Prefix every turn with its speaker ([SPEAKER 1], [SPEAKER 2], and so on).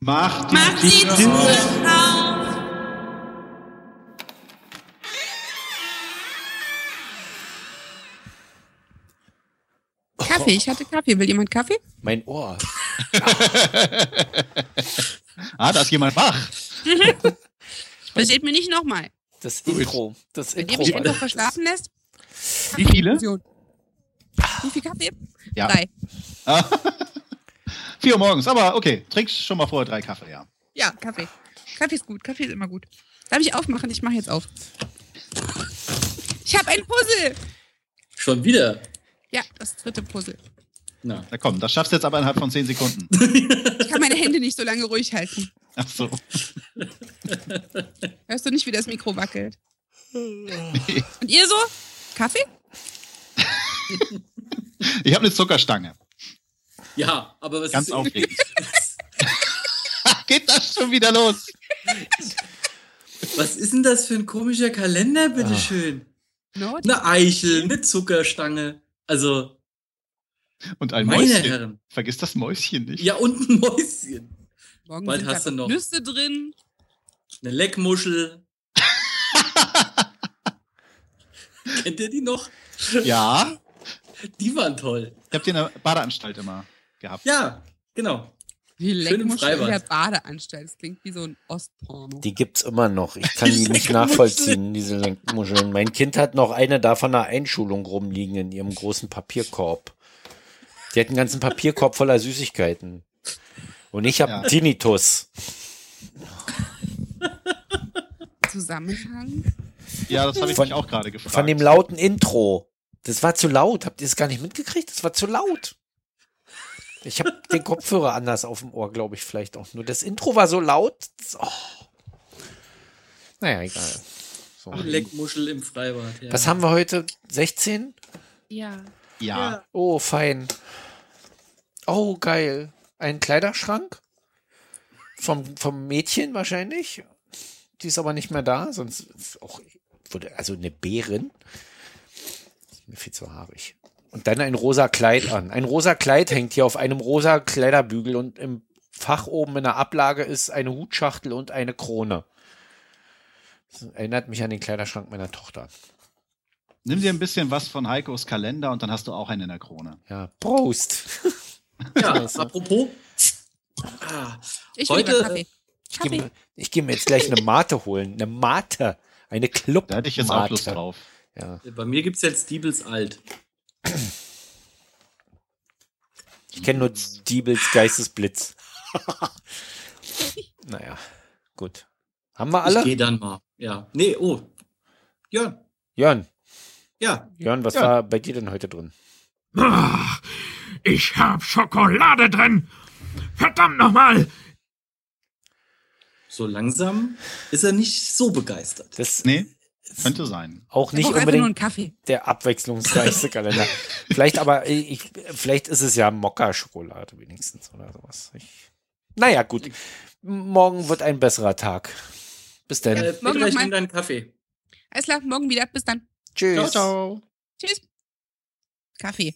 [SPEAKER 1] Mach die,
[SPEAKER 2] Mach die
[SPEAKER 1] Tür
[SPEAKER 2] Tür
[SPEAKER 1] auf.
[SPEAKER 2] auf. Kaffee, ich hatte Kaffee. Will jemand Kaffee?
[SPEAKER 3] Mein Ohr.
[SPEAKER 1] Ah, da ist jemand wach.
[SPEAKER 2] Passiert mir nicht nochmal.
[SPEAKER 3] Das Intro. Das
[SPEAKER 2] Wenn ihr
[SPEAKER 3] Intro.
[SPEAKER 2] mich einfach
[SPEAKER 3] war-
[SPEAKER 2] verschlafen lässt.
[SPEAKER 1] Wie viele?
[SPEAKER 2] Infusion. Wie viel Kaffee?
[SPEAKER 1] Ja.
[SPEAKER 2] Drei.
[SPEAKER 1] Vier Uhr morgens, aber okay. Trinkst schon mal vorher drei Kaffee, ja.
[SPEAKER 2] Ja, Kaffee. Kaffee ist gut. Kaffee ist immer gut. Darf ich aufmachen? Ich mache jetzt auf. Ich habe ein Puzzle.
[SPEAKER 4] Schon wieder.
[SPEAKER 2] Ja, das dritte Puzzle.
[SPEAKER 4] Na.
[SPEAKER 1] Na komm, das schaffst du jetzt aber innerhalb von zehn Sekunden.
[SPEAKER 2] Ich kann meine Hände nicht so lange ruhig halten.
[SPEAKER 1] Ach so.
[SPEAKER 2] Hörst du nicht, wie das Mikro wackelt? Und ihr so? Kaffee?
[SPEAKER 1] Ich habe eine Zuckerstange.
[SPEAKER 4] Ja, aber was
[SPEAKER 1] Ganz
[SPEAKER 4] ist
[SPEAKER 1] aufregend. Geht das schon wieder los?
[SPEAKER 4] Was ist denn das für ein komischer Kalender, bitteschön?
[SPEAKER 1] Ah.
[SPEAKER 2] No, die-
[SPEAKER 4] Eine Eichel mit Zuckerstange. Also,
[SPEAKER 1] Und ein
[SPEAKER 4] meine
[SPEAKER 1] Mäuschen.
[SPEAKER 4] Herren.
[SPEAKER 1] Vergiss das Mäuschen nicht.
[SPEAKER 4] Ja, und ein Mäuschen.
[SPEAKER 2] Morgen
[SPEAKER 4] Bald
[SPEAKER 2] sind
[SPEAKER 4] hast
[SPEAKER 2] da
[SPEAKER 4] du noch.
[SPEAKER 2] Nüsse drin.
[SPEAKER 4] Eine Leckmuschel. Kennt ihr die noch?
[SPEAKER 1] Ja,
[SPEAKER 4] Die waren toll.
[SPEAKER 1] ich habe die in der Badeanstalt immer gehabt.
[SPEAKER 4] Ja, genau.
[SPEAKER 2] Die Leckmuschel in
[SPEAKER 4] Freibad.
[SPEAKER 2] der Badeanstalt. Das klingt wie so ein Ostporno.
[SPEAKER 3] Die gibt's immer noch. Ich kann die nicht
[SPEAKER 4] Leckmuschel.
[SPEAKER 3] nachvollziehen, diese Lenkmuscheln. Mein Kind hat noch eine davon einer Einschulung rumliegen in ihrem großen Papierkorb. Die hat einen ganzen Papierkorb voller Süßigkeiten. Und ich habe
[SPEAKER 1] Ja.
[SPEAKER 3] einen Tinnitus.
[SPEAKER 2] Zusammenhang.
[SPEAKER 1] Ja, das habe ich
[SPEAKER 3] Von-
[SPEAKER 1] mich auch gerade gefragt.
[SPEAKER 3] Von dem lauten Intro. Das war zu laut. Habt ihr das gar nicht mitgekriegt? Das war zu laut. Ich habe den Kopfhörer anders auf dem Ohr, glaube ich, vielleicht auch. Nur das Intro war so laut. Das, oh. Naja, egal. So.
[SPEAKER 4] Eine Leckmuschel im Freibad. Ja.
[SPEAKER 3] Was haben wir heute? 16?
[SPEAKER 2] Ja.
[SPEAKER 1] ja.
[SPEAKER 3] Oh, fein. Oh, geil. Ein Kleiderschrank? Vom, vom Mädchen wahrscheinlich. Die ist aber nicht mehr da, sonst ist auch wurde also eine Bärin. Ist mir viel zu haarig. Und dann ein rosa Kleid an. Ein rosa Kleid hängt hier auf einem rosa Kleiderbügel und im Fach oben in der Ablage ist eine Hutschachtel und eine Krone. Das erinnert mich an den Kleiderschrank meiner Tochter.
[SPEAKER 1] Nimm dir ein bisschen was von Heikos Kalender und dann hast du auch einen in der Krone.
[SPEAKER 3] Ja, Prost.
[SPEAKER 4] Ja, apropos. Ah,
[SPEAKER 2] Ich
[SPEAKER 4] Heute,
[SPEAKER 2] will lieber Kaffee.
[SPEAKER 3] Ich gehe
[SPEAKER 2] Kaffee.
[SPEAKER 3] mir, ich geh mir jetzt gleich eine Mate holen. Eine Mate. Eine Club.
[SPEAKER 1] Da hätte ich jetzt auch Lust drauf.
[SPEAKER 3] Ja.
[SPEAKER 4] bei mir gibt es jetzt Diebels Alt.
[SPEAKER 3] Ich kenne nur Diebels Geistesblitz. naja, gut. Haben wir
[SPEAKER 4] Ich
[SPEAKER 3] alle?
[SPEAKER 4] gehe dann mal. Ja. Nee, oh. Jörn.
[SPEAKER 3] Jörn,
[SPEAKER 4] Ja.
[SPEAKER 3] Jörn, was
[SPEAKER 1] Ja.
[SPEAKER 3] war bei dir denn heute drin?
[SPEAKER 5] Ich hab Schokolade drin. Verdammt nochmal.
[SPEAKER 4] So langsam ist er nicht so begeistert.
[SPEAKER 3] Das ist
[SPEAKER 1] Nee, könnte sein.
[SPEAKER 3] auch
[SPEAKER 2] Ich
[SPEAKER 3] nicht
[SPEAKER 2] brauch einfach nur einen
[SPEAKER 3] unbedingt
[SPEAKER 2] Kaffee.
[SPEAKER 3] der abwechslungsreichste Kalender. vielleicht aber, ich, vielleicht ist es ja Mokka-Schokolade wenigstens oder sowas. Ich, naja, gut. Morgen wird ein besserer Tag. Bis dann.
[SPEAKER 4] Äh,
[SPEAKER 2] Morgen
[SPEAKER 4] Peter, ich
[SPEAKER 2] noch
[SPEAKER 4] nehme deinen Kaffee.
[SPEAKER 2] Alles klar, morgen wieder. Bis dann.
[SPEAKER 3] Tschüss.
[SPEAKER 2] Tschüss. Kaffee.